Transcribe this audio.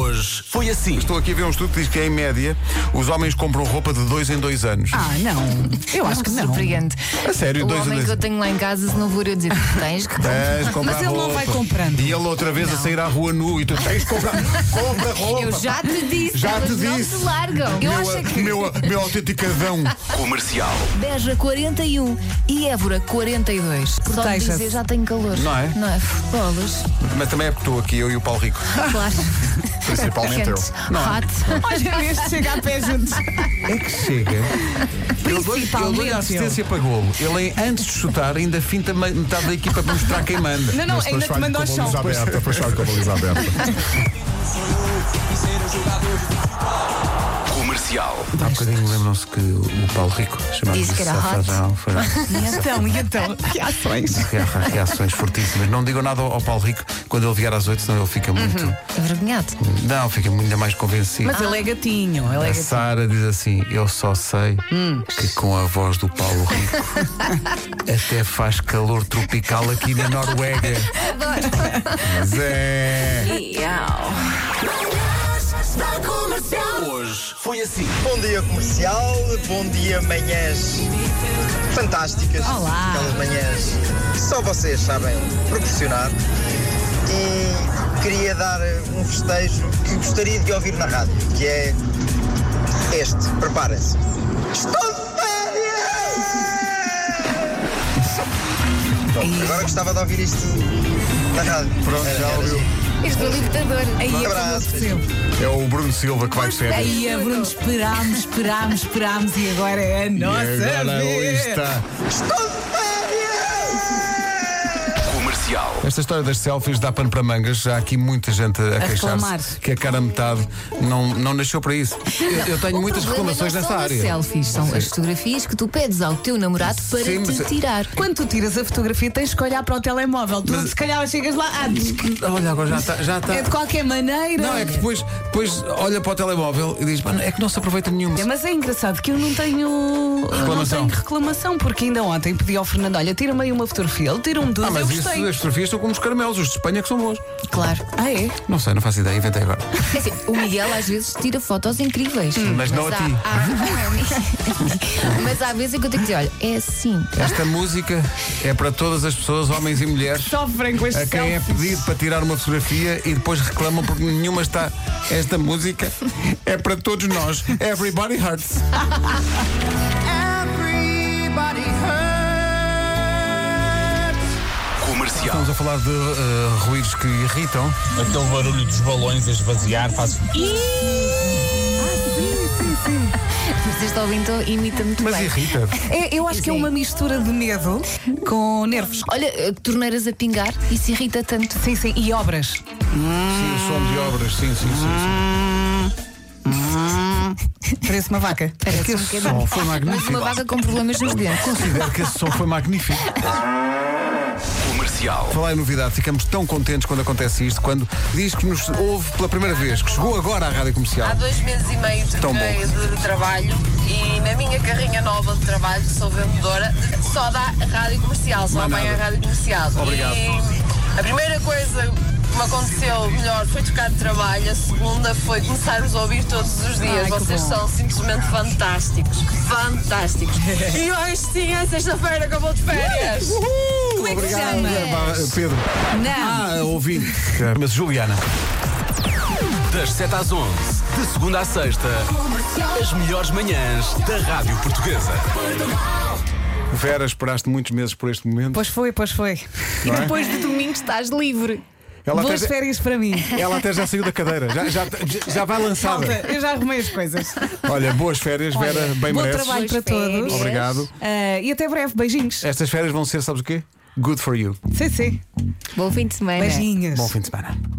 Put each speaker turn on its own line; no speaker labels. mas foi assim.
Estou aqui a ver um estudo que diz que, em média, os homens compram roupa de dois em dois anos.
Ah, não. Eu acho que não.
Surpreende.
A sério,
O
dois em
homem
dois
que eu
anos.
tenho lá em casa, se não vou eu dizer, tens que
Tens, comprar
Mas ele não vai
roupa.
comprando.
E ele outra vez a sair à rua nu e tu tens de comprar. Compra roupa.
Eu já te disse,
Já
elas
te
não
disse.
te largam. Eu
meu,
acho é que
meu, meu autenticadão.
Comercial.
Beja 41 e Évora 42. Só de
Proteja-se.
dizer já tenho calor.
Não é?
Não é? Bolas.
Mas também é porque estou aqui, eu e o Paulo Rico.
Claro.
Principalmente eu.
Quente.
Não é?
Hot.
Olha, este chega a pé juntos.
É que chega. Eu dou- eu dou-lhe a assistência para golo. Ele, antes de chutar, ainda finta me- metade da equipa para mostrar quem manda.
Não, não, ainda te manda ao chão.
aberta, depois chora com a baliza aberta.
Comercial.
Há um bocadinho lembram-se que o Paulo Rico chamava
Disse que era hot.
Safadão, foi
E então, e então? Reações.
rea- reações fortíssimas. Não digam nada ao, ao Paulo Rico quando ele vier às oito, senão ele fica muito.
Envergonhado.
Não, fica ainda mais convencido.
Uhum. Mas ele é gatinho, ele é
A
gatinho.
Sara diz assim: Eu só sei
Hum.
que com a voz do Paulo Rico até faz calor tropical aqui na Noruega. Mas é.
Hoje foi assim.
Bom dia comercial, bom dia manhãs fantásticas.
Olá.
Aquelas manhãs que só vocês sabem proporcionar. E queria dar um festejo que gostaria de ouvir na rádio, que é este. Preparem-se. Estou de férias! Pronto, Agora gostava de ouvir isto na rádio. assim. Pronto, já ouviu.
Este é libertador. Aí
Um
eu
abraço.
É o Bruno Silva que vai de férias.
Aí, a Bruno, esperámos, esperámos, esperámos e agora é a nossa vez.
Estou de férias!
Comercial.
Esta história das selfies dá pano para mangas. Há aqui muita gente a,
reclamar.
queixar-se que a cara metade não, não nasceu para isso. Eu, eu tenho
O
muitas
problema
reclamações
não
nessa
são as
área.
selfies, são as fotografias que tu pedes ao teu namorado para
Sim,
te
mas- é-
tirar.
Quando tu tiras a fotografia, tens que olhar para o telemóvel. Tu, se calhar, chegas lá. Ah, diz que
Olha, agora já está. Já está.
é de qualquer maneira.
Não, é que depois, depois olha para o telemóvel e diz: "Mano, é que não se aproveita nenhuma.
É, Mas é engraçado que eu não tenho
Reclamação.
não tenho reclamação, porque ainda ontem pedi ao Fernando, olha, tira-me aí uma fotografia, ele tira-me duas,
Ah,
eu
mas isso,
gostei.
as fotografias são como os caramelos, os de Espanha que são bons.
Claro.
Ah, é?
Não sei, não faço ideia, inventei agora.
É assim, o Miguel às vezes tira fotos incríveis.
Hum, mas não a ti.
há- mas há vezes em que eu tenho que dizer, olha, é assim.
Esta música é para todas as pessoas, homens e mulheres,
Sofrem com este
a quem é pedido para tirar uma fotografia e depois reclamam porque nenhuma está. Esta música é para todos nós. Everybody hurts.
Comercial.
Estamos a falar de eh, ruídos que irritam.
Aquele barulho dos balões a esvaziar faz.
Mas este ouvinte imita então muito
Mas
bem.
irrita.
É, eu acho que é
Sim.
uma mistura de medo com nervos.
Olha, eh, torneiras a pingar, isso irrita tanto.
Sim, sim, e obras.
Sim, o som de obras, sim, sim, sim.
Parece uma vaca.
Parece um
sim. Esse
bocadinho.
som foi
Mas uma
magnífico.
vaca com problemas nos dentes.
Considero que esse som foi magnífico.
Comercial.
Falar em novidade, ficamos tão contentes quando acontece isto, quando diz que nos ouve pela primeira vez, que chegou agora à rádio comercial.
Há dois meses e meio
Tão
troquei de trabalho e na minha carrinha nova de trabalho, sou vendedora, só dá rádio comercial, só
Não é
apanha a
nada.
rádio comercial.
Obrigado.
E a primeira coisa que me aconteceu melhor foi trocar de trabalho, a segunda foi começar-vos a ouvir todos os dias.
que
Vocês
bom.
são simplesmente fantásticos. Fantásticos. e hoje sim, é sexta-feira que eu vou de férias.
é que se
Obrigado,
chama?
Pá, Pedro.
Não.
Ah, ouvi. Mas Juliana.
Das 7 às 11, de segunda à sexta, as melhores manhãs da Rádio Portuguesa.
Vera, esperaste muitos meses por este momento.
Pois foi, pois foi. E depois de domingo estás livre.
Ela
Boas
até-
férias para mim.
Ela até já saiu da cadeira, já, já, já vai lançada.
Malta, eu já arrumei as coisas.
Olha, boas férias, Vera, bem
Bom
mereces.
trabalho para
Boas férias.
todos.
Obrigado.
Ah, e até breve. Beijinhos.
Estas férias vão ser, sabes o quê? Good for you.
Sim, sim.
Bom fim de semana.
Beijinhos.
Bom fim de semana.